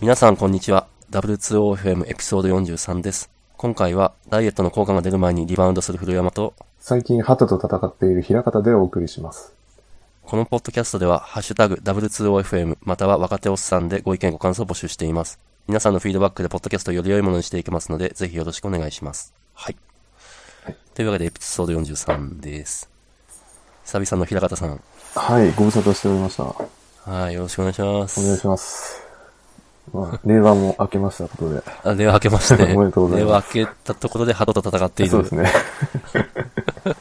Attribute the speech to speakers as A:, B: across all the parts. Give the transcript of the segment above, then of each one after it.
A: 皆さんこんにちは。W2OFM エピソード43です。今回はダイエットの効果が出る前にリバウンドする古山と、
B: 最近ハトと戦っている平方でお送りします。
A: このポッドキャストでは、ハッシュタグ W2OFM または若手おっさんでご意見ご感想を募集しています。皆さんのフィードバックでポッドキャストをより良いものにしていきますので、ぜひよろしくお願いします。はい。というわけでエピソード43です。久々の平方さん。
B: はい、ご無沙汰しておりました。お
A: はい、よろしくお願いします。
B: 願いします。まあ、令和も明けましたことで。
A: あ、令和明けまして。
B: 。おめでとうございます
A: 令和明けたところでハトと戦っている。
B: そうですね。
A: ま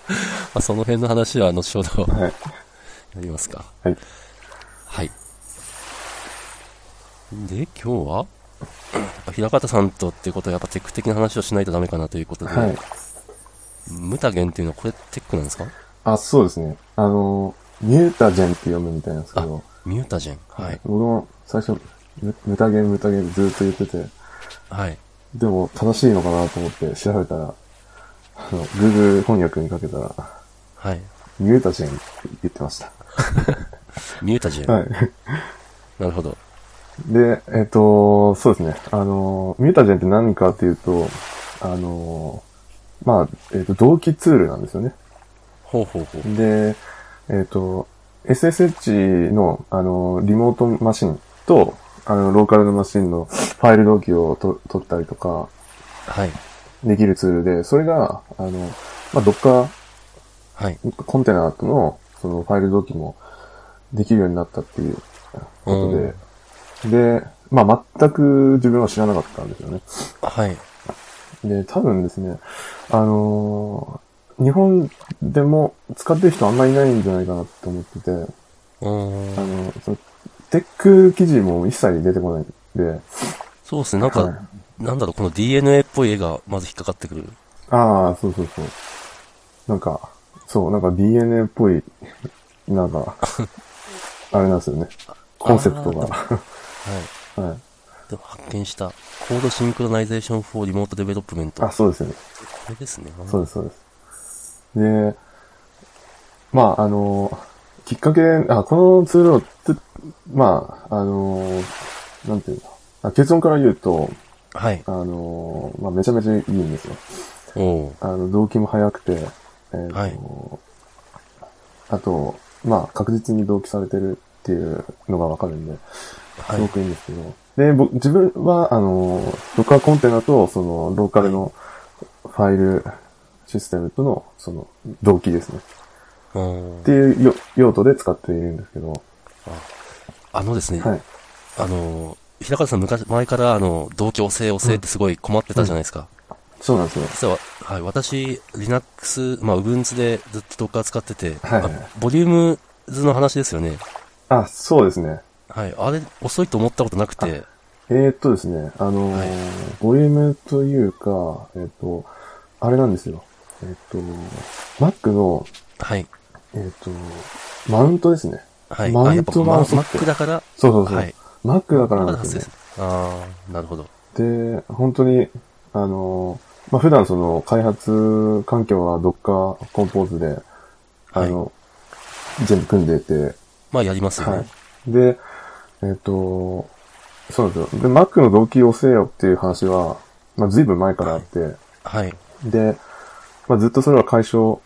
A: あ、その辺の話は後ほどや
B: はい。
A: りますか。
B: はい。
A: はい。で、今日はやっぱ平方さんとっていうことはやっぱテック的な話をしないとダメかなということで、
B: はい。
A: ムタゲンっていうのはこれテックなんですか
B: あ、そうですね。あの、ミュータジェンって読むみたいなんですけ
A: あ
B: ど、、
A: ミュータジェン。はい。
B: 僕も最初、ムムタゲンムタゲンずっと言ってて、
A: はい。
B: でも正しいのかなと思って調べたら、あの、Google 翻訳にかけたら、
A: はい。
B: ミュータジェンって言ってました。
A: ミュータジェン。
B: はい。
A: なるほど。
B: で、えっと、そうですね。あの、ミュータジェンって何かっていうと、あの、まあ、えっと、同期ツールなんですよね。
A: ほうほうほう。
B: で、えっと、SSH の、あの、リモートマシンと、あの、ローカルのマシンのファイル同期をと取ったりとか、
A: はい。
B: できるツールで、それが、あの、まあ、Docker
A: はい。
B: コンテナとの、そのファイル同期もできるようになったっていうことで、で、まあ、全く自分は知らなかったんですよね。
A: はい。
B: で、多分ですね、あのー日本でも使ってる人あんまりいないんじゃないかなと思ってて、あ
A: うーん。
B: の、そのテック記事も一切出てこないんで、
A: そうですね。なんか、
B: はい
A: なんだろう、この DNA っぽい絵がまず引っかかってくる。
B: ああ、そうそうそう。なんか、そう、なんか DNA っぽい、なんか、あれなんですよね。コンセプト
A: は
B: が。
A: い。
B: はい。
A: でも発見した。コードシンクロナイゼーション for リモートデベロップメント。
B: あ、
A: こ
B: そうですよね。
A: れですね。
B: そうです、そうです。で、まあ、あの、きっかけ、あ、このツールをつ、まあ、あの、なんていうのあ、結論から言うと、
A: はい。
B: あの、まあ、めちゃめちゃいいんですよ。
A: おお
B: あの、動機も早くて、えーと
A: はい
B: あと、まあ、確実に同期されてるっていうのがわかるんで、
A: は
B: すご
A: い。
B: くいいんですけど。で、僕、自分は、あの、ロッカーコンテナと、その、ローカルのファイルシステムとの、その、同期ですね。
A: うん
B: っていうよ用途で使っているんですけど。
A: あのですね、
B: はい。
A: あの、平方さん昔、前から、あの、同居押せ押せってすごい困ってたじゃないですか。
B: そうなんですよ。
A: 実は、はい、私、Linux、まあ、Ubuntu でずっと Docker 使ってて、
B: はい
A: あボリューム図の話ですよね。
B: あ、そうですね。
A: はい、あれ、遅いと思ったことなくて、
B: えーっとですね、あのー
A: はい
B: ボリュームというか、えーっと、あれなんですよ。えーっと、Mac の、
A: はい、
B: えーっと、マウントですね。
A: はい。
B: マウント
A: あやっぱ
B: が
A: マ
B: 遅くて
A: Mac だから、
B: そうそうそう。
A: はい
B: Mac だから
A: ま
B: な
A: だ
B: んで
A: 発
B: す
A: 生
B: よ
A: す。る。
B: ね
A: ああ、なるほど。
B: で、本当に、あの、まあ、普段その開発環境は Docker Compose で、あ
A: はい。
B: の、全部組んでて、
A: まあ、やりますよね。
B: はい。で、えっ、と、そうなんですよ。で、Mac の動機をせよっていう話は、まあ、随分前からあって、
A: はい。
B: で、まあ、ずっとそれは解消、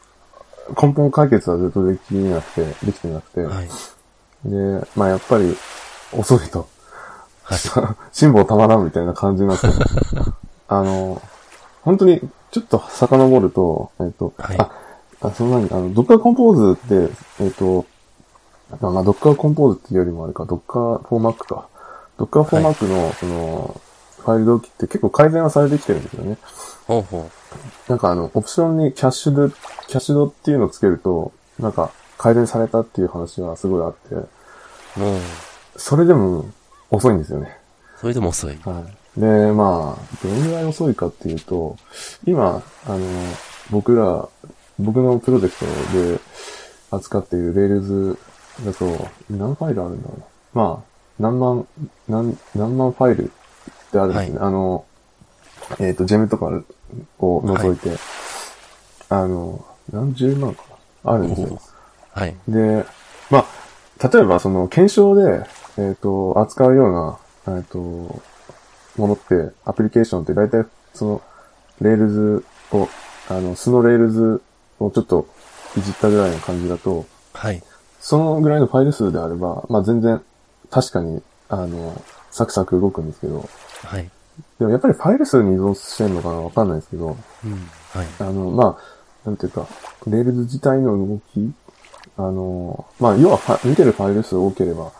B: 根本解決はずっとできなくて、できてなくて、
A: はい。
B: で、まあ、やっぱり、遅いと。
A: はい。
B: 辛抱たまらんみたいな感じになって るあの、本当に、ちょっと遡ると、えっ、と、
A: はい
B: あ、あ、その何、あの、ドッカーコンポーズって、えっ、と、まあ、まあ、ドッカーコンポーズっていうよりもあれか、ドッカーフォーマックか。ドッカーフォーマックの、その、ファイル同期って結構改善はされてきてるんですよね。
A: ほうほ
B: なんかあの、オプションにキャッシュド、キャッシュドっていうのをつけると、なんか改善されたっていう話はすごいあって、
A: う。もう、
B: それでも遅いんですよね。
A: それでも遅い。
B: はい。で、まあ、どのぐらい遅いかっていうと、今、あの、僕ら、僕のプロジェクトで扱っている Rails だと、何ファイルあるんだろうな。まあ、何万、何、何万ファイルってあるんですね。あの、えっ、と、ジェムとかを除いて、あの、何十万かなあるんです
A: お
B: よ
A: お。はい。
B: で、まあ、例えばその検証で、えっ、と、扱うようなえっと、ものって、アプリケーションって大体、その、レールズを、あの、素のレールズをちょっといじったぐらいの感じだと、
A: はい。
B: そのぐらいのファイル数であれば、まあ全然、確かに、あの、サクサク動くんですけど、
A: はい。
B: でもやっぱりファイル数に依存してるのかなわかんないですけど、
A: うん。はい。
B: あの、まあ、なんていうか、レールズ自体の動き、あの、まあ、要はファ見てるファイル数多ければ、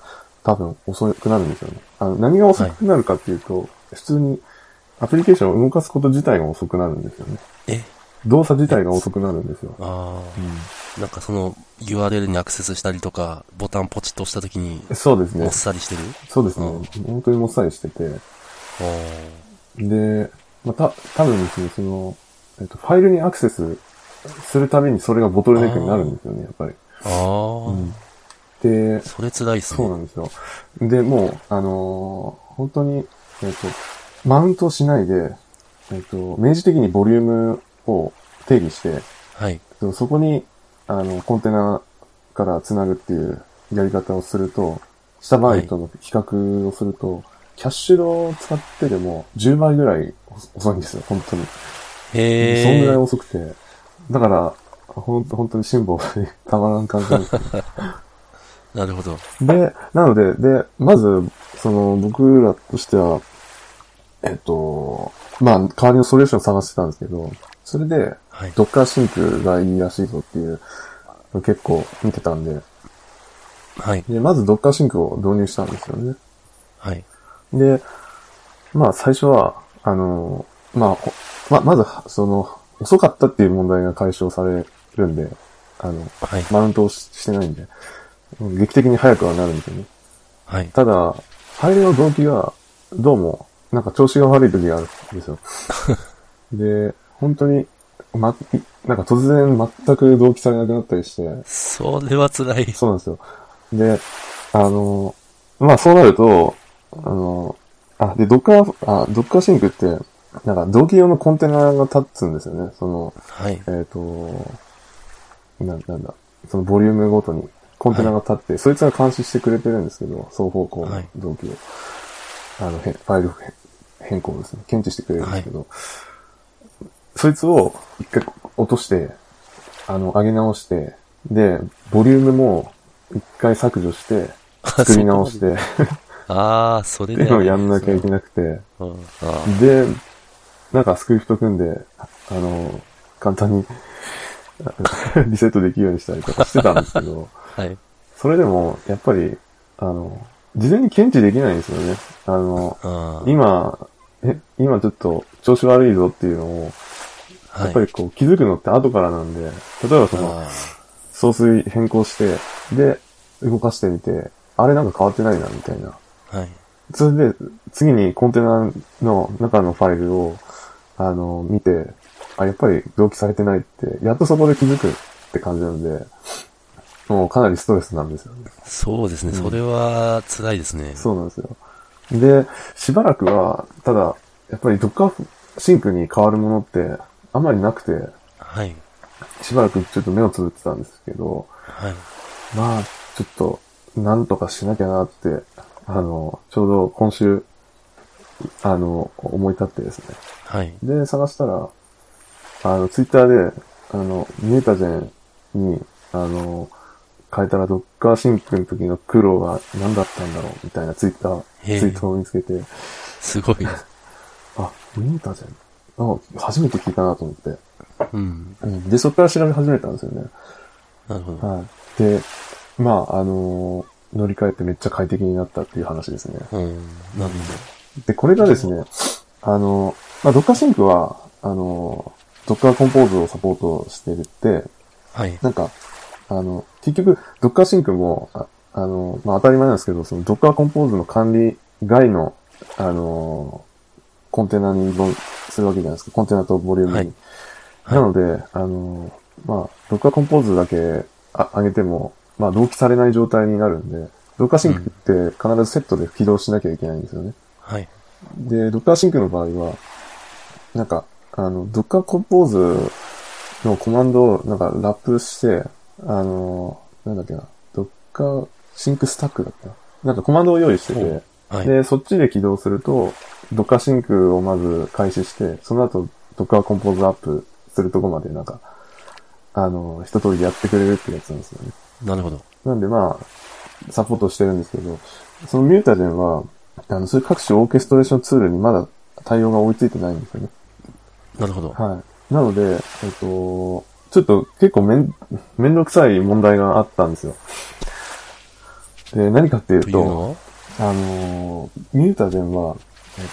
B: 多分遅くなるんですよね。あの、何が遅くなるかっていうと、普通にアプリケーションを動かすこと自体が遅くなるんですよね。
A: え
B: 動作自体が遅くなるんですよ。
A: ああ、なんかその URL にアクセスしたりとか、ボタンポチッと押した時に、
B: そうです
A: も
B: ね
A: っ。さりしてる
B: そうですね
A: うん。
B: 本当にもっさりしてて。
A: お
B: で、まあ、た、多分ですね、その、えっと、ファイルにアクセスするためにそれがボトルネックになるんですよね、やっぱり。
A: ああ、
B: で、
A: それ辛いっすね。
B: そうなんですよ。で、もう、あのー本当に、えっ、と、マウントしないで、えっ、と、明示的にボリュームを定義して、
A: はい。
B: そそこに、あの、コンテナから繋ぐっていうやり方をすると、した場合との比較をすると、キャッシュドを使ってでも10倍ぐらい遅いんですよ、本当に。そん
A: へ
B: ぐらい
A: え。
B: 遅くて。だから、ほん本当に辛抱にたまらん感じなんですけど
A: なるほど。
B: で、なので、で、まず、その、僕らとしては、えっと、まあ、代わりのソリューションを探してたんですけど、それで、
A: はい。
B: Docker シンクがいいらしいぞっていう、結構見てたんで、
A: はい。
B: で、まず Docker シンクを導入したんですよね。
A: はい。
B: で、まあ、最初は、あの、まあ、ほま、まず、その、遅かったっていう問題が解消されるんで、あの、
A: はい。
B: マウントをししてないんで、劇的に早くはなるんですよね。
A: はい。
B: ただ、ファイルの動機が、どうも、なんか調子が悪い時があるんですよ。で、本当に、ま、なんか突然全く動機されなくなったりして、
A: それは辛い。
B: そうなんですよ。で、あの、まあそうなると、あの、あ、で、ドッカー、あ、ドッカーシンクって、なんか動機用のコンテナが立つんですよね。その、
A: はい。
B: えっ、と、な、なんだ、そのボリュームごとにコンテナが立って、そいつが監視してくれてるんですけど、双方向
A: は
B: の
A: い
B: 動機を、あの、へファイル変変更をですね、検知してくれるんですけど、そいつを一回落として、あの、上げ直して、で、ボリュームも一回削除して、作り直して、
A: ああ、それ
B: ってい
A: で。
B: うのをやんなきゃいけなくて、
A: うんあ
B: で、なんかスクリプト組んで、あの、簡単に リセットできるようにしたりとかしてたんですけど、
A: ーはい。
B: それでも、やっぱり、あの、事前に検知できないんですよね。あの、
A: あー
B: 今、え、今ちょっと調子悪いぞっていうのを、
A: はい。
B: やっぱりこう気づくのって後からなんで、例えばその、
A: あ
B: 送水変更して、で、動かしてみて、あれなんか変わってないな、みたいな。
A: ーはい。
B: それで、次にコンテナの中のファイルを、あの、見て、あ、やっぱり同期されてないって、やっとそこで気づくって感じなんで、もうかなりストレスなんですよね。
A: そうですね。それは辛いですね。
B: そうなんですよ。で、しばらくは、ただ、やっぱり Docker シンクに変わるものって、あんまりなくて、
A: はい。
B: しばらくちょっと目をつぶってたんですけど、
A: はい。
B: まあ、ちょっと、なんとかしなきゃなって、あの、ちょうど今週、あの、思い立ってですね。
A: はい。
B: で、探したら、あの、ツイッターで、あの、ミュータジェンに、あの、変えたらドッカーシンクの時の苦労が何だったんだろうみたいなツイッタ
A: へえ
B: ー、ツイートを見つけて、
A: すごい。
B: あ、ミュータジェンあ、初めて聞いたなと思って。
A: うん。
B: うんで、そこから調べ始めたんですよね。
A: なるほど。
B: はい。で、まあ、あの乗り換えてめっちゃ快適になったっていう話ですね。
A: うん。なる
B: で、これがですね、あの、まあ、ドッカーシンクは、あの、ドッカーコンポーズをサポートしてるって、
A: ほど。はい。
B: なんか、あの、結局、ドッカーシンクも、ああの、まあ、当たり前なんですけど、そのドッカーコンポーズの管理外の、あの、コンテナに依存するわけじゃないですか。コンテナとボリュームに。
A: はいはい
B: なので、あの、まあ、ドッカーコンポーズだけあ上げても、まあ、同期されない状態になるんで、ドッカーシンクって必ずセットで起動しなきゃいけないんですよね。
A: はい。
B: で、ドッカーシンクの場合は、なんか、あの、ドッカーコンポーズのコマンドをなんかラップして、あの、なんだっけな、ドッカーシンクスタックだったな。なんかコマンドを用意して
A: ほう
B: て、
A: はい。
B: で、そっちで起動すると、ドカシンクをまず開始して、その後、ドカコンポーズアップするとこまでなんか、あの、一通りやってくれるってやつなんですよね。
A: なるほど。
B: なんでまあ、サポートしてるんですけど、そのミュータジェンは、あの、そういう各種オーケストレーションツールにまだ対応が追いついてないんですよね。
A: なるほど。
B: はい。なので、えっと、ちょっと結構めん、めんどくさい問題があったんですよ。で、何かっていう
A: と
B: と、
A: いうのは
B: あのーミュータジェンは、えっ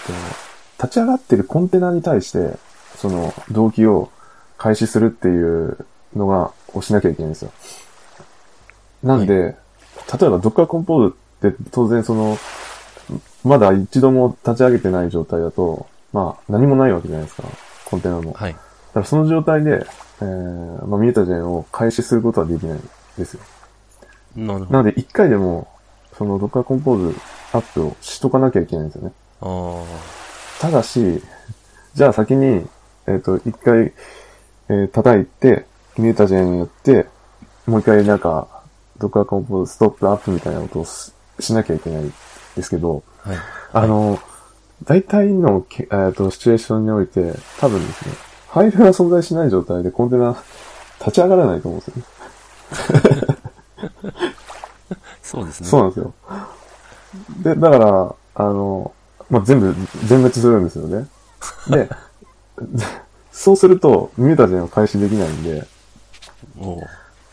B: と、立ち上がってるコンテナに対して、その、動機を開始するっていうのが、押しなきゃいけないんですよ。なんで、例えば Docker Compose って当然その、まだ一度も立ち上げてない状態だと、まあ、何もないわけじゃないですか。コンテナも。
A: はい。
B: だからその状態で、えー、まあ、ミュータジェンを開始することはできないんですよ。
A: なるほど。
B: なので、一回でも、その Docker Compose アップをしとかなきゃいけないんですよね。
A: あ
B: ただし、 じゃあ先に、えっ、と、一回、えー叩いて、ミュータジェンやって、もう一回なんか、Docker Compose ストップアップみたいなことをししなきゃいけないんですけど、
A: あ。はい。
B: あの、大体のけ、えーと、シチュエーションにおいて、多分ですね、ファイルが存在しない状態でコンテナ立ち上がらないと思うんですよね。
A: そうですね。
B: そうなんですよ。で、だから、あの、まあ、全部、全滅するんですよね。で、 そうすると、ミュータジェンを開始できないんで、
A: おう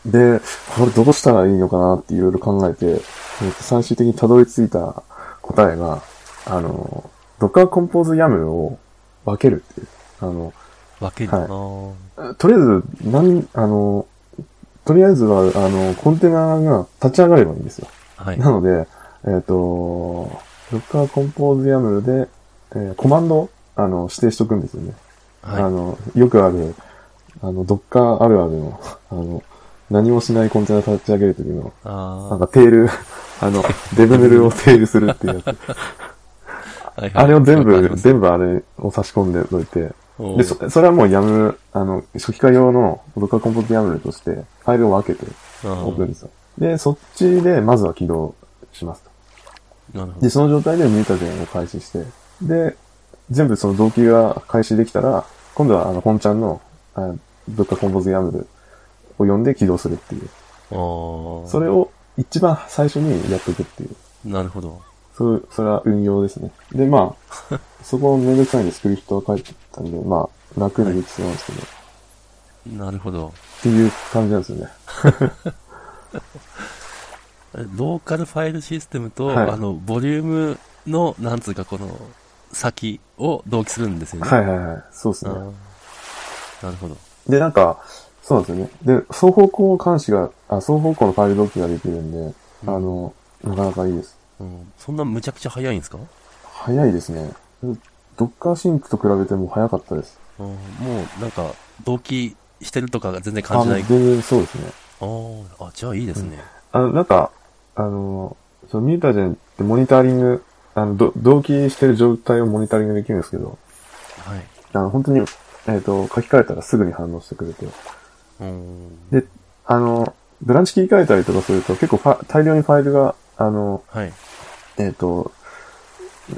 B: で、これどうしたらいいのかなっていろいろ考えて、えーと最終的にたどり着いた答えが、あの、ドカーコンポーズヤムを分けるっていう。あの、
A: 分けるな、ぁ
B: とりあえず、なん、あの、とりあえずは、あの、コンテナが立ち上がればいいんですよ。
A: はい。
B: なので、えっ、と、Docker Compose YAML で、えーコマンドをあの指定しとくんですよね。あ
A: はい。
B: の、よくある、あの、Docker あるあるの、あの、何もしないコンテナ立ち上げるときの、な
A: あ
B: んかテール、あの、デブヌルをテールするっていうやつ。
A: あ、はいはい
B: あれを全
A: わかり
B: 部、
A: ます
B: 全部あれを差し込んでおいて、
A: おう
B: で、そそれはもう YAML、あの、初期化用の Docker Compose YAML として、ファイルを分けて
A: うん
B: おくんですよ。で、そっちで、まずは起動しますと。
A: なるほ
B: で、
A: ど。
B: その状態でミュータジェンを開始して、で、全部その動機が開始できたら、今度はあの、本ちゃんの、あどっかコンボズヤムルを呼んで起動するっていう。
A: ああ。
B: それを一番最初にやっていくっていう。
A: なるほど。
B: そう、それは運用ですね。で、ま あ、そこをめんどくさいんでスクリプトを書いてたんで、まあ、楽にできそうなんですけど、
A: なるほど。
B: っていう感じなんですよね。
A: ローカルファイルシステムと、
B: はい
A: あの、ボリュームの、なんつうか、この、先を同期するんですよね。。
B: はいいはいはい。そうです
A: あ
B: ね。
A: ーなるほど。
B: で、なんか、そうなんですよね。で、双方向監視が、あ、双方向のファイル同期ができるんで、あの、なかなかいいです。
A: うん、そんなむちゃくちゃ早いんですか
B: 早いですね。ドッカーシンクと比べても早かったです。
A: うんもう、なんか、同期してるとかが全然感じない。
B: あ
A: あ
B: 全然そうですね。
A: ーあ、じゃあいいですね。
B: あの、なんか、あの、そのミュータジェンってモニタリング、あの、ど同期してる状態をモニタリングできるんですけど、
A: はい。
B: あの、本当に、えっ、と、書き換えたらすぐに反応してくれて。
A: うん。
B: で、あの、ブランチ切り替えたりとかすると結構ファ大量にファイルが、あの、
A: はい。
B: えっ、と、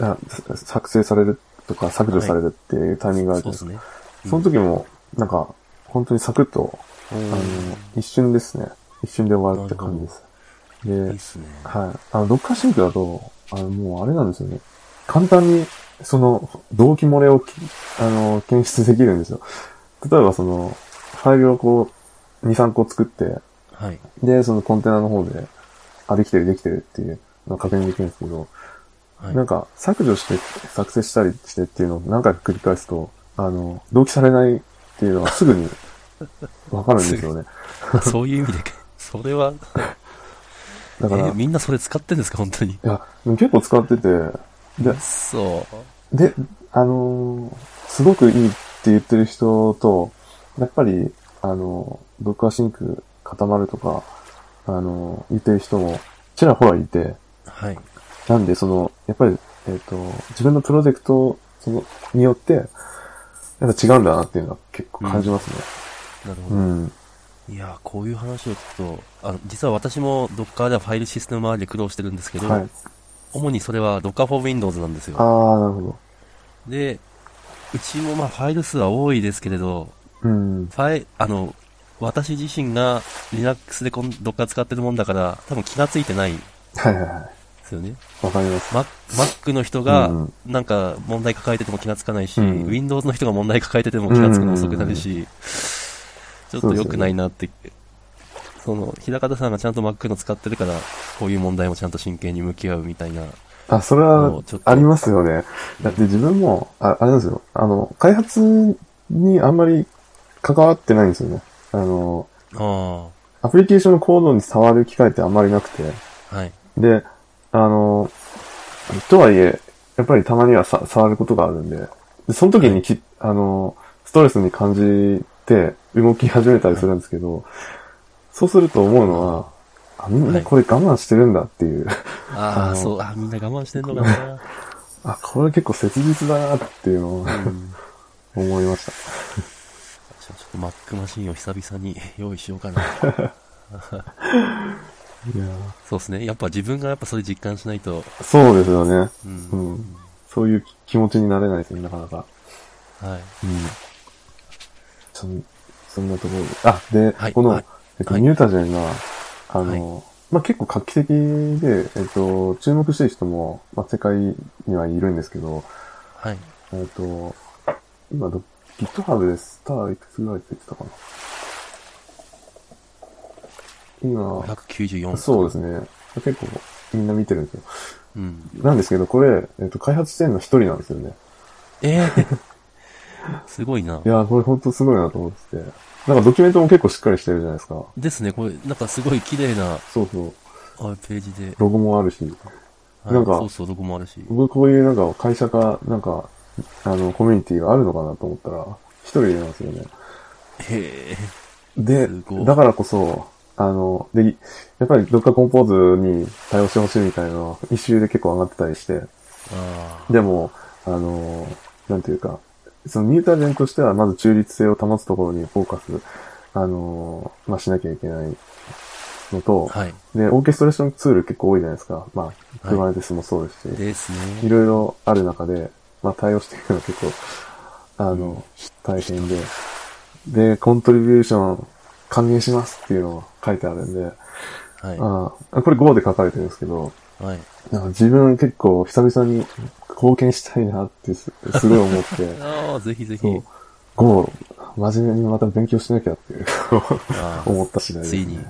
B: あ作成されるとか削除されるっていうタイミングがあるじ
A: そ
B: ゃ
A: う
B: な
A: で
B: いです
A: す
B: か。
A: ね。
B: その時も、なんか、本当にサクッと
A: うん
B: あの、一瞬ですね。一瞬で終わるって感じで
A: い
B: す。
A: い
B: で
A: っ、すね。
B: はい。あの、ドッカーシンクだと、あの、もうあれなんですよね。簡単に、その、動機漏れをき、あの、検出できるんですよ。例えば、その、ファイルをこう、2、3個作って、
A: はい。
B: で、そのコンテナの方で、あ、できてる、できてるっていうのを確認できるんですけど、
A: はい。
B: なんか、削除して、作成したりしてっていうのを何回か繰り返すと、あの、同期されないっていうのはすぐに、わかるんで すよね。
A: あ そういう意味で、 それは、
B: だから、
A: えーみんなそれ使ってんですか、本当に。
B: いや、でも結構使ってて、で、
A: そう。
B: で、あのーすごくいいって言ってる人と、やっぱり、あのー、ドッカーシンク固まるとか、あのー言ってる人も、ちらほらいて、
A: はい。
B: なんで、その、やっぱり、えっ、と、自分のプロジェクト、その、によって、やっぱ違うんだなっていうのは結構感じますね。
A: なるほ
B: う
A: ど。
B: ん。
A: いやー、こういう話を聞くと、あの、実は私も Docker ではファイルシステム周りで苦労してるんですけど、
B: はい。
A: 主にそれは Docker for Windows なんです
B: あ
A: よ。
B: あ、なるほど。
A: で、うちもまあファイル数は多いですけれど、
B: うん。
A: ファイ、あの、私自身が Linux でこん Docker 使ってるもんだから、多分気がついてないんで
B: はいはいは
A: すよね。
B: い。わかります。
A: Mac Mac の人が
B: うん
A: なんか問題抱えてても気がつかないし、
B: うん
A: Windows の人が問題抱えてても気がつくの遅くなるし、ちょっと良くないなって。その、平方さんがちゃんと Mac の使ってるから、こういう問題もちゃんと真剣に向き合うみたいな。
B: あ、それ
A: も
B: は
A: うちょっ、と
B: ありますよね。だって自分も、ああれなんですよ。あの、開発にあんまり関わってないんですよね。あの、
A: あ
B: アプリケーションのコードに触る機会ってあんまりなくて。
A: あ、はい。
B: で、あの、とはいえ、やっぱりたまにはさ触ることがあるんで、でその時にき、あの、ストレスに感じて動き始めたりするんですけど、そうすると思うのは、あ、みん
A: は
B: ないこれ我慢してるんだっていう、
A: あ
B: あ
A: あ、
B: の
A: そう、あみんな我慢してんのかな。
B: あ、これ結構切実だなっていうのを
A: うん
B: 思いました。
A: ちょちょっと Mac マシンを久々に用意しようかな。
B: いや
A: そうですね。やっぱ自分がやっぱそれ実感しないと。
B: ーそうですよね。
A: うん。
B: うん。そういう気持ちになれないですね、なかなか。
A: はい。
B: うん。そん、そんなところで。あ、で、
A: はい
B: この、
A: はい
B: えっと、
A: はい
B: ミュータジェンが、あの、まあ、結構画期的で、えっと、注目してる人も、まあ、世界にはいるんですけど、
A: はい。
B: えっと、今ど、GitHub でスターいくつぐらいって言ってたかな。今、
A: 194。
B: そうですね。結構みんな見てるんですよ。
A: うん。
B: なんですけど、これ、えっと、開発してるの一人なんですよね。
A: ええ すごいな。
B: いやー、これ本当すごいなと思ってて。なんかドキュメントも結構しっかりしてるじゃないですか。
A: ですね、これ、なんかすごい綺麗なあ
B: そうそう。
A: ページで。
B: ロゴもあるし。
A: はい
B: なんか
A: そうそう、どこもあるし。
B: 僕こういうなんか会社か、なんか、あの、コミュニティがあるのかなと思ったら、一人でなんですよね。
A: へえ。
B: で
A: すごい、
B: だからこそ、あの、で、やっぱりどっかコンポーズに対応してほしいみたいなのは、一周で結構上がってたりして、
A: あ
B: でも、あの、なんていうか、そのミュータジェンとしては、まず中立性を保つところにフォーカス、あの、まあ、しなきゃいけないのと、
A: あ。はい。
B: で、オーケストレーションツール結構多いじゃないですか。まあ、
A: はい
B: Kubernetes もそうですし、
A: です
B: い
A: ね。
B: ろいろある中で、まあ対応していくのは結構、あの、大変で。で、コントリビューション歓迎しますっていうのが書いてあるんで、
A: はい。
B: ああこれ Go で書かれてるんですけど、
A: はい。
B: なんか自分結構久々に貢献したいなってすすごい思っ て、
A: ああ、ぜひぜひ
B: そ。う、Go、真面目にまた勉強しなきゃっていう
A: ああ
B: 思った次第です、
A: つ
B: ね。
A: いに。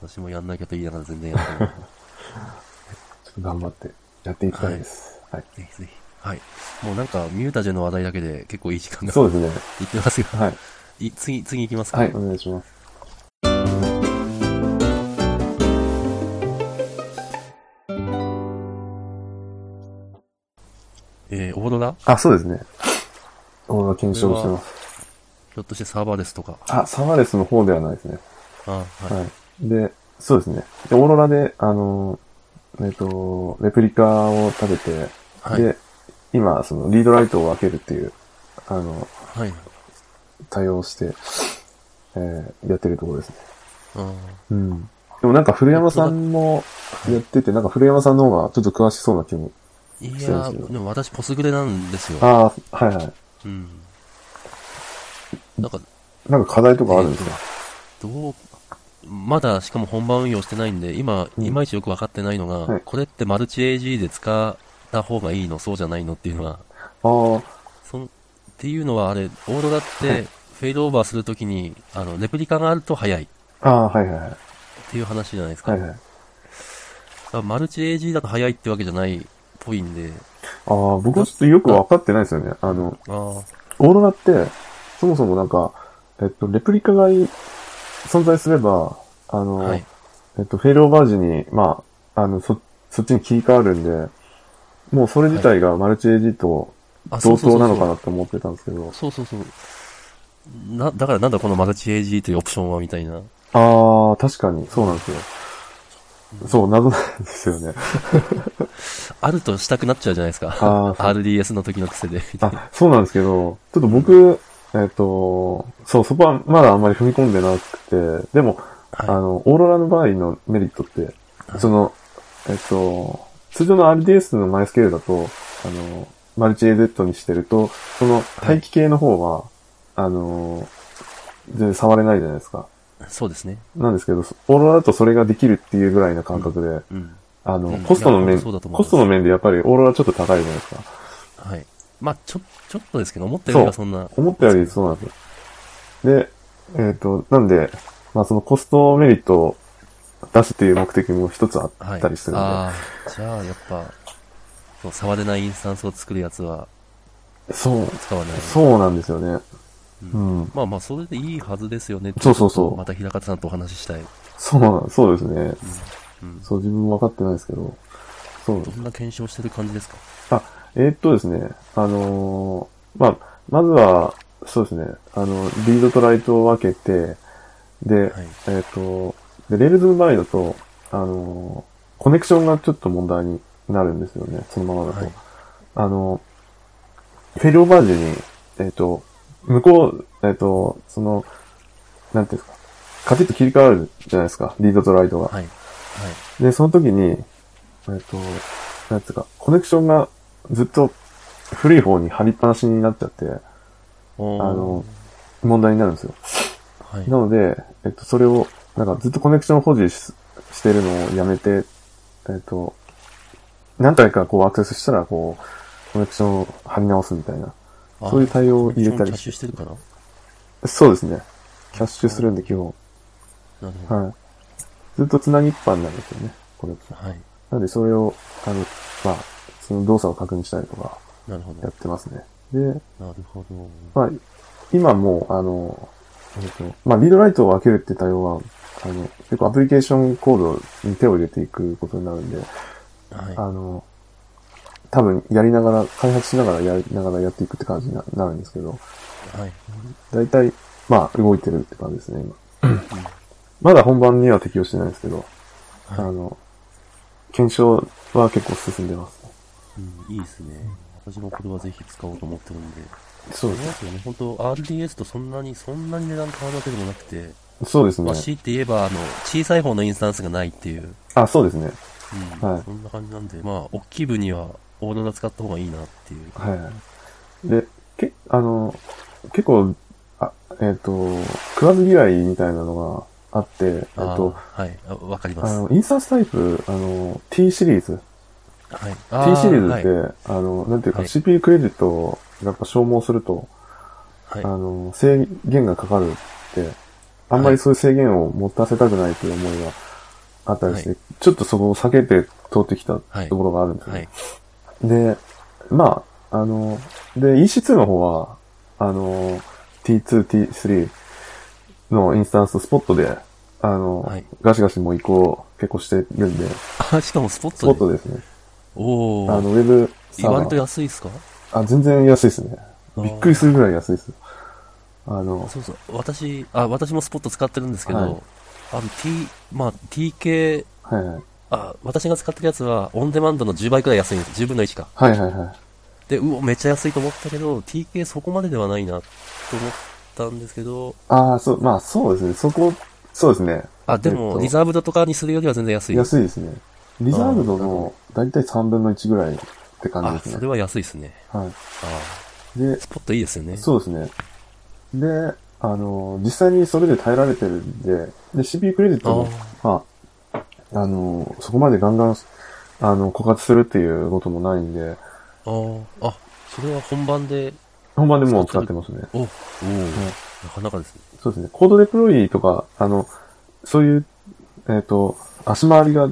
A: 私もやんなきゃと言いながら全然やってない。
B: ちょっと頑張ってやっていきたいです。はい。
A: ぜひぜひ。はい。もうなんか、ミュータジェの話題だけで結構いい時間が
B: そうですね。
A: いってますが、
B: はい。
A: い次、次行きますか。
B: はい、お願いします。
A: えー、オーロラひ
B: あ、そうですね。オーラ検証してます。
A: ょっとしてサーバーですとか。
B: あ、サワレスの方ではないですね。
A: ああ、はい。
B: はい。で、そうですね。で、オーロラで、あの、えっと、レプリカを食べて、
A: はい
B: で、今、その、リードライトを分けるっていう、あの、
A: はい。
B: 対応して、えー、やってるところですね。
A: あ
B: うん。でもなんか古山さんもやってて、なんか古山さんの方がちょっと詳しそうな気も。
A: あ。いや
B: そうですよ
A: ー、でも私、ポスグレなんですよ。
B: ああ、はいは
A: うん。なんか、
B: い。なんか課題とかあるんですか、
A: どう、まだしかも本番運用してないんで、今、
B: うん
A: いまいちよくわかってないのが、
B: はい
A: これってマルチ AG で使った方がいいの、そうじゃないのっていうのは、
B: あ
A: そんっていうのはあれ、オーロラっ
B: は
A: て
B: い
A: フェードオーバーするときに、あの、レプリカがあると早いっ
B: あ、ああ、はいはいはい。
A: ていう話じゃないですか。
B: はいはい。
A: だからマルチ AG だと早いってわけじゃないっぽいんで、
B: ああ、僕はちょっとよく分かってないですよね。あの、
A: あ
B: オーロラって、そもそもなんか、えっと、レプリカがい存在すれば、あ
A: あ、
B: の、
A: はい。
B: えっと、フェールオーバー時に、まあ、あの、そ、そっちに切り替わるんで、もうそれ自体がマルチ AG と
A: あ
B: 同等なのか
A: な
B: なって思ってたんですけど。
A: そうそうそう。な、だからなんだこのマルチ AG というオプションはみたいな。
B: ああ、確かに、そうなんですよ。そう、謎なんですよね。
A: あるとしたくなっちゃうじゃないですか。
B: あー
A: RDS の時の癖で。みたいな
B: あ、そうなんですけど、ちょっと僕、えっと、そう、そこはまだあんまり踏み込んでなくて、でも、
A: はい
B: あの、オーロラの場合のメリットって、その、えっと、通常の RDS のマイスケールだと、あの、マルチ AZ にしてると、その待機系の方は、あの、全然触れないじゃないですか。
A: そうですね。
B: なんですけど、オーロラだとそれができるっていうぐらいの感覚で、
A: うん。
B: あ
A: う
B: の
A: ん、
B: コストの
A: い
B: 面、
A: やそうだと思い
B: コ
A: ます
B: ストの面でやっぱりオーロラちょっと高いじゃないですか。
A: はい。まあ、ちょ、ちょっとですけど、思ったよりは
B: そ
A: そんな、
B: 思ったよりそうなんですよ。で、えっ、と、なんで、まあそのコストメリットを出すっていう目的も一つあ
A: は
B: っ
A: い。
B: たりするんで、
A: ああ、じゃあ、やっぱ、そう、触れないインスタンスを作るやつは
B: そう、
A: 使わない。
B: そうなんですよね。うん。
A: まあまあ、それでいいはずですよねって
B: そうそうそう
A: また平方さんとお話ししたい。
B: そう、そうですね。
A: うん。
B: そう、自分も分かってないですけど。そう
A: どんな検証してる感じですか
B: あ、えーっとですね、あのーまあ、まずは、そうですね、あの、リードとライトを分けて、で、
A: はい
B: えーっと、で、レールズの場合だと、あのーコネクションがちょっと問題になるんですよね、そのままだと。
A: はい
B: あの、フェルオバージュに、えーっと、向こう、えーっと、その、なんていうんですか、カチッと切り替わるじゃないですか、リードとライトが。
A: はい。はい。
B: で、その時に、えっ、と、なんつうか、コネクションがずっと古い方に貼りっぱなしになっちゃって、
A: お
B: あ
A: ー
B: の、問題になるんですよ。
A: はい。
B: なので、えっ、と、それを、なんかずっとコネクション保持ししてるのをやめて、えっ、と、何回かこうアクセスしたら、こう、コネクションを貼り直すみたいな。
A: あ
B: そういう対応を入れた
A: キ
B: り
A: ャッシュしてるかなな
B: そうですね。キャッシュするんで基本。
A: るほど。
B: はい。ずっと繋ぎっぱになるんですよね、コネクション。
A: はい。
B: なんで、それを、あの、まあ、その動作を確認したりとか、
A: なるほど。
B: やってますね。で、
A: なるほど。
B: まあ、今もう、あの、えっと、まあ、リードライトを分けるって対応は、あの、結構アプリケーションコードに手を入れていくことになるんで、
A: はい。
B: あの、多分やりながら、開発しながらやりながらやっていくって感じにななるんですけど、
A: はい。
B: だいたい、まあ、動いてるって感じですね、今。まだ本番には適用してないですけど、あの、検証は結構進んでますね。
A: うん、いいですね。私もこれはぜひ使おうと思ってるんで。
B: そ
A: そう
B: う
A: ですよね。本当 RDS とそんなに、そんなに値段変わるわけでもなくて、
B: そうです
A: ま
B: ね
A: あ、。強いて言えば、あの、小さい方のインスタンスがないっていう、
B: あ、そうですね。
A: うん、
B: はい
A: そんな感じなんで、まあ、大きい分には、オーロラ使った方がいいなっていう。
B: はいはい。で、け、あの、結構、あえっ、と、食わず嫌いみたいなのがあって、えっ、
A: あー
B: と、
A: はい、あわかりま
B: あ
A: す。
B: の、インサスタイプ、あの、T シリーズ。
A: はい。T
B: T シリーズって、
A: はい
B: あの、なんていうか、
A: はい
B: CPU クレジットをやっぱ消耗すると、
A: はい
B: あの、制限がかかるって、あんまりそういう制限を持たせたくないという思いがあったりして、
A: はい
B: ちょっとそこを避けて通ってきたところがあるんですよね。
A: はい。
B: で、まあ、あの、で、EC2 の方は、あの、T2、T3 のインスタンススポットで、あの、
A: はい
B: ガシガシもう移行結構してるんで、ス
A: あ、しかもスポッ
B: ポ
A: ト
B: ッ
A: で。
B: トですね。
A: お
B: あ
A: お。
B: の、ウェブサ
A: 言わ
B: ー
A: んと
B: バー。
A: 安いっすか
B: あ、全然安いですね。
A: あー
B: びっくりするぐらい安いです。あの、
A: そうそう。私、あ、私もスポット使ってるんですけど、
B: はい
A: あの、T、まあ、TK、
B: はいはい。
A: あ、私が使ってるやつは、オンデマンドの10倍くらい安いんです。10分の1か。
B: はいはいはい。
A: で、うお、めっちゃ安いと思ったけど、TK そこまでではないな、と思ったんですけど、
B: ああ、そう、まあそうですね。そこ、そうですね。
A: あ、で
B: えっ
A: も、
B: と
A: リザーブドとかにするよりは全然安い。
B: 安いですね。リザーブド
A: あーなるほ
B: の大体3分の1ぐらいって感
A: あ、
B: じです
A: それ
B: ね。
A: は安いですね。
B: は
A: あ
B: い。で、
A: スポットいいですよね。
B: そうですね。で、あの、実際にそれで耐えられてるんで、で、CPU クレジットも、まあ、あの、そこまでガンガン、あの、枯渇するっていうこともないんで、
A: あーあ、それは本番で、
B: 本番でもう使ってますね。
A: お、おーなかなかですね。
B: そうですね。コードデプロイとか、あの、そういう、えっ、と、足回りが、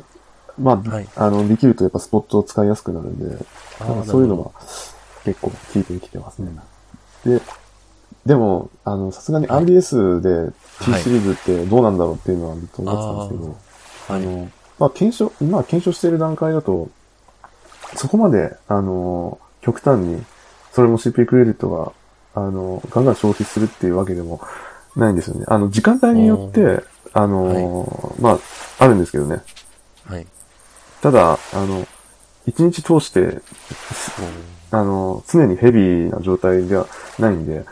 B: まあ、
A: はい
B: あの、できるとやっぱスポットを使いやすくなるんで、
A: あー
B: なんかそういうの
A: なる
B: が結構効いてきてますね。で、でも、あの、さすがに RDS で T
A: はい
B: シリーズってどうなんだろうっていうのはずっと思ってたんです
A: は
B: けど、
A: い。
B: あの、まあ、検証、今検証している段階だと、そこまで、あの、極端に、それも CPU クレジットが、あの、ガンガン消費するっていうわけでもないんですよね。あの、時間帯によって、あの、まあ、あるんですけどね。
A: はい。
B: ただ、あの、一日通して、
A: おー
B: あの、常にヘビーな状態ではないんで、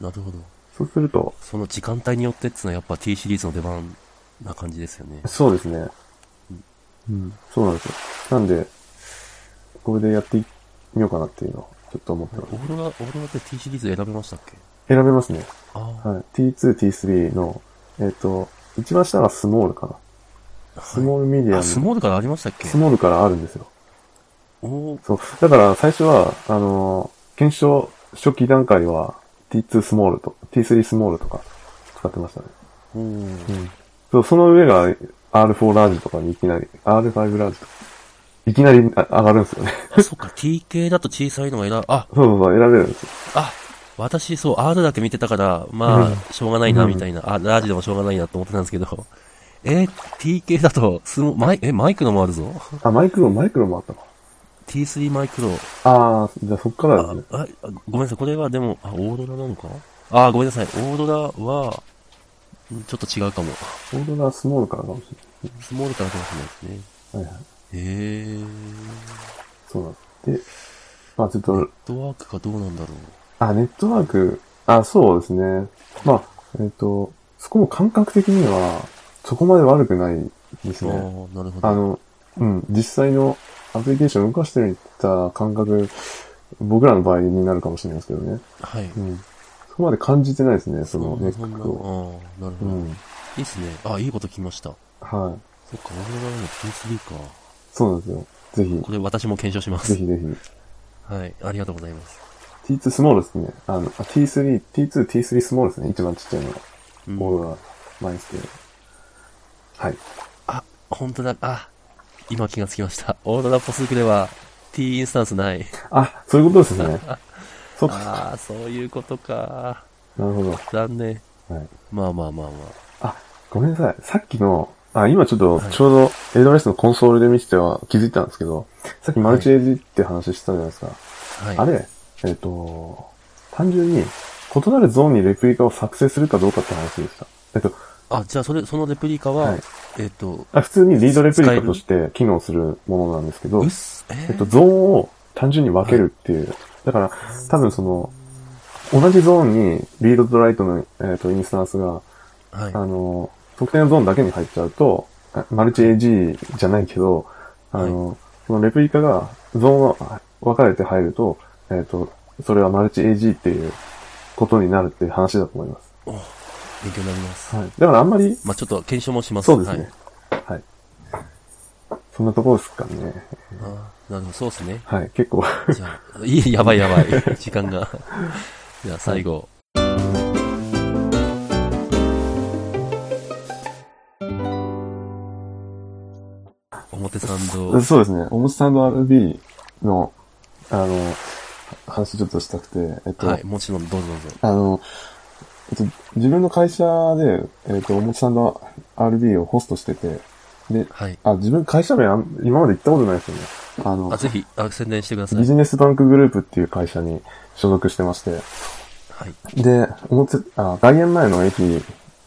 A: なるほど。
B: そうすると、
A: その時間帯によってっつうのはやっぱ T シリーズの出番な感じですよね。
B: そうですね。うん、そうなんですよ。なんで、これでやってみようかなっていうのを、ちょっと思ってます
A: オ。ーロラ、オーロラって T シリーズ選べましたっけ
B: 選べますね。
A: ああ、
B: はい。T2、T3 の、えっ、と、一番下がスモールかな。スモールミディ
A: あ、
B: アム。
A: スモールからありましたっけ
B: スモールからあるんですよ。
A: おー
B: そう。だから最初は、あの、検証初期段階は T2 スモールと、T3 スモールとか使ってましたね。
A: おー
B: そう、その上が R4 ラージとかにいきなり、R5 ラージとか、いきなりあ上がるんですよね。
A: あ、そっか、T 系だと小さいのが選、あ、
B: そうそうそう、選べるんですよ。
A: あ、私、そう、R だけ見てたから、ま
B: うん
A: あ、しょうがないな、みたいな。あ、ラージでもしょうがないなと思ってたんですけど。え、TK だと、スモ、マイ、え、マイクロもあるぞ。
B: あ、マイクロ、マイクロもあったか。
A: T3 マイクロ。
B: ああ、じゃあそっからです
A: あ
B: ね。
A: ああごめんなさい、これはでも、あ、オーロラなのかあ、ごめんなさい、オーロラは、んちょっと違うかも。
B: オーロラスモールからかもし
A: スモールからかもしれないですね。
B: れない。はいはい。
A: へえー。
B: そうなんです。で、まあちょっと、
A: ネットワークかどうなんだろう。
B: あ、ネットワーク、あ、そうですね。まあ、えっ、と、そこも感覚的には、そこまで悪くないです
A: ああ
B: ね。
A: ー、なるほど。
B: あの、うん、実際のアプリケーションを動かしてみた感覚、僕らの場合になるかもしれないですけどね。
A: はい。
B: うん。そこまで感じてないですね、その
A: う
B: ネ
A: そんな
B: ッ
A: ああ
B: クを。
A: ー、なるほ
B: う
A: ど。い
B: ん。
A: いっすね。あ、いいこと聞きました。
B: はい。
A: そっか、オーロラの T3 か。
B: そうなんですよ。ぜ
A: これ私も検証しま
B: ひ、ぜ
A: す。
B: ひぜひ。
A: はい、ありがとうございます。
B: T2 スモールですね。あの、あ T3、T2、T3 スモールですね。一番ちっちゃいのが。
A: うん
B: オーロラ、マイスケール。はい。
A: あ、本当だ、あ、今気がつきました。オーロラポスークでは、T インスタンス ない。
B: あ、そういうことです ね。そうか。
A: ああ、そういうことか。
B: なるほど。
A: 残念。
B: はい。
A: まあまあまあま
B: あ、ごめんなさい。さっきの、あ、今ちょっと、ちょうど、エドレスのコンソールで見てては気づいたんですけど、さっきマルチエッジって話してたじゃないですか。
A: あ。はい。
B: あれ、えっ、と、単純に、異なるゾーンにレプリカを作成するかどうかって話でした。えっと、
A: あ、じゃあそれ、そのレプリカは、
B: はい
A: えっと、
B: あ普通にリードレプリカとして機能するものなんですけど
A: うっ、す、え
B: えっと、
A: ー、
B: ゾーンを単純に分けるっていう。だから、多分その、同じゾーンに、リードとライトの、えっ、と、インスタンスが、
A: はい。
B: あの、特定のゾーンだけに入っちゃうと、あマルチ AG じゃないけど、あの、そのレプリカがゾーンを分かれて入ると、えっ、と、それはマルチ AG っていうことになるっていう話だと思います。
A: お勉強になります。
B: はい。だからあんまり、
A: まあちょっと検証もします。
B: そうですね
A: はい。。
B: はい。そんなところですかね。
A: あーなるほど、そうですね。
B: はい。結構、
A: じゃあ、いい、やばいやばい。時間が。 じゃあ最後。表参道。
B: そうですね。オムスタンド RB の、あの、話ちょっとしたくて、えっと、
A: はい、もちろん、どうぞどうぞ。
B: あの、えっと、自分の会社で、えっと、おもちさんの RB をホストしてて、で、
A: はい。
B: あ、自分会社名あん今まで行ったことないですよね。あの
A: あ、、ぜひ、あ宣伝してくださ
B: ビ
A: い。
B: ジネスバンクグループっていう会社に所属してまして、
A: はい。
B: で、おもち、あ、外苑前の駅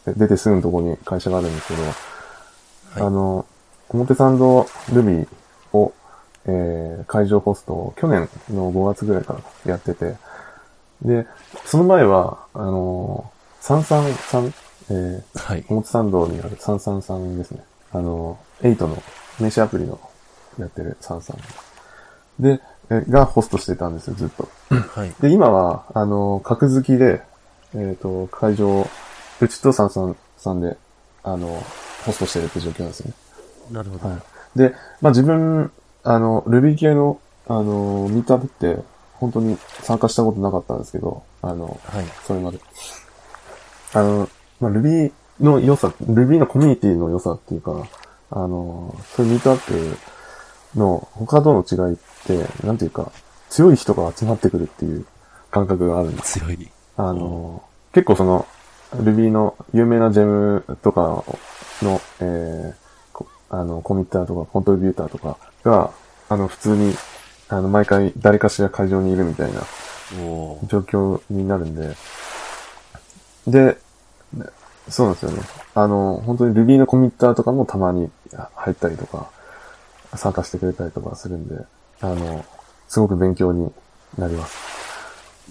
B: 出てすぐのとこに会社があるんですけど、
A: はい
B: あの、表参道ルビーを、えー、会場ホストを去年の5月ぐらいからやってて、で、その前は、あのー、三三三、えー、
A: はい。
B: 表参道にある三三三ですね。あのー、エイトの名刺アプリのやってる三三。で、えーがホストしてたんですよ、ずっと。
A: はい。
B: で、今は、あの、格付きで、えっ、と、会場、うちと三三さんで、あの、ホストしてるって状況なんですよね。
A: なるほど。
B: はい。で、まあ、自分、あの、Ruby 系の、あの、ミートアップって、本当に参加したことなかったんですけど、あの、
A: はい。
B: それまで。あの、まあ、Ruby の良さ、Ruby のコミュニティの良さっていうか、あの、そういうミートアップの他との違いって、なんていうか、強い人が集まってくるっていう感覚があるんです。
A: 強い。
B: あの、結構その、Ruby の有名なジェムとかの、えーこあの、コミッターとか、コントリビューターとかが、あの、普通に、あの、毎回誰かしら会場にいるみたいな
A: おー
B: 状況になるんで。で、そうなんですよね。あの、本当に Ruby のコミッターとかもたまに入ったりとか、参加してくれたりとかするんで、あの、すごく勉強になります。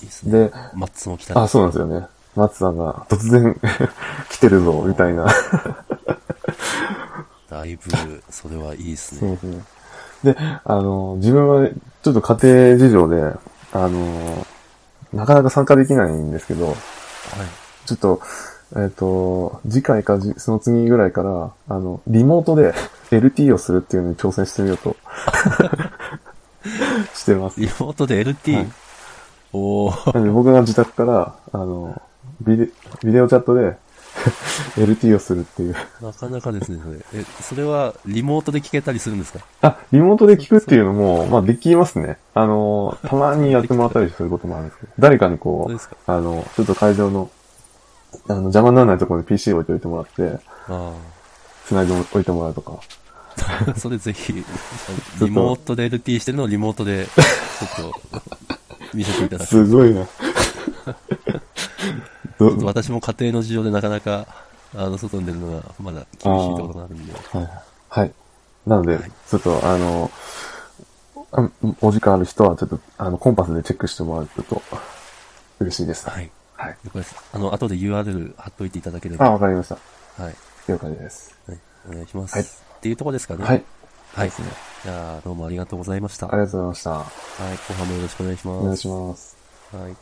A: いいっすね。
B: で、
A: マッツも来たね
B: あ、そうなんですよね。松さんが突然 来てるぞ、みたいな。
A: だいぶ、それはいいっす
B: そう
A: ね。
B: ですね。で、あの、自分はちょっと家庭事情で、あの、なかなか参加できないんですけど、
A: はい。
B: ちょっと、えっ、と、次回かじその次ぐらいから、あの、リモートで LT をするっていうのに挑戦してみようと、 してます。
A: リモートで LT?、
B: はい
A: おー。
B: なので僕が自宅から、あの、ビデビデオチャットで LT をするっていう。
A: なかなかですね、それ。え、それはリモートで聞けたりするんですか
B: あ、リモートで聞くっていうのも、まあできますね。あの、たまにやってもらったりすることもあるんですけど、誰かに
A: そう
B: こ
A: で
B: う、
A: すか
B: あの、ちょっと会場の、あの、邪魔にならないところに PC 置いておいてもらって、
A: あ
B: 繋いでおいてもらうとか。
A: あ。 それぜひ、
B: と
A: リモートで LT してるのをリモートで、ちょっと、見せていただく。ち
B: すごいな。 ど
A: ょっと私も家庭の事情でなかなか、あの、外に出るのが、まだ厳しいところがあるんで。
B: はい。はい。なので、ちょっと、あの、あお時間ある人は、ちょっと、あの、コンパスでチェックしてもらうと、嬉しいです。
A: はい。
B: はい。
A: 了解です。あの、後で URL 貼っといていただけれ
B: あ、
A: ば。
B: わかりました。
A: はい。
B: 了解です。
A: はい。お願いします。
B: は
A: っ
B: い
A: ていうところですかね。
B: はい。
A: はい。
B: ですね
A: じゃあ、どうもありがとうございました。
B: ありがとうございました。
A: はい。後半もよろしくお願いします。
B: お願いします。
A: はい。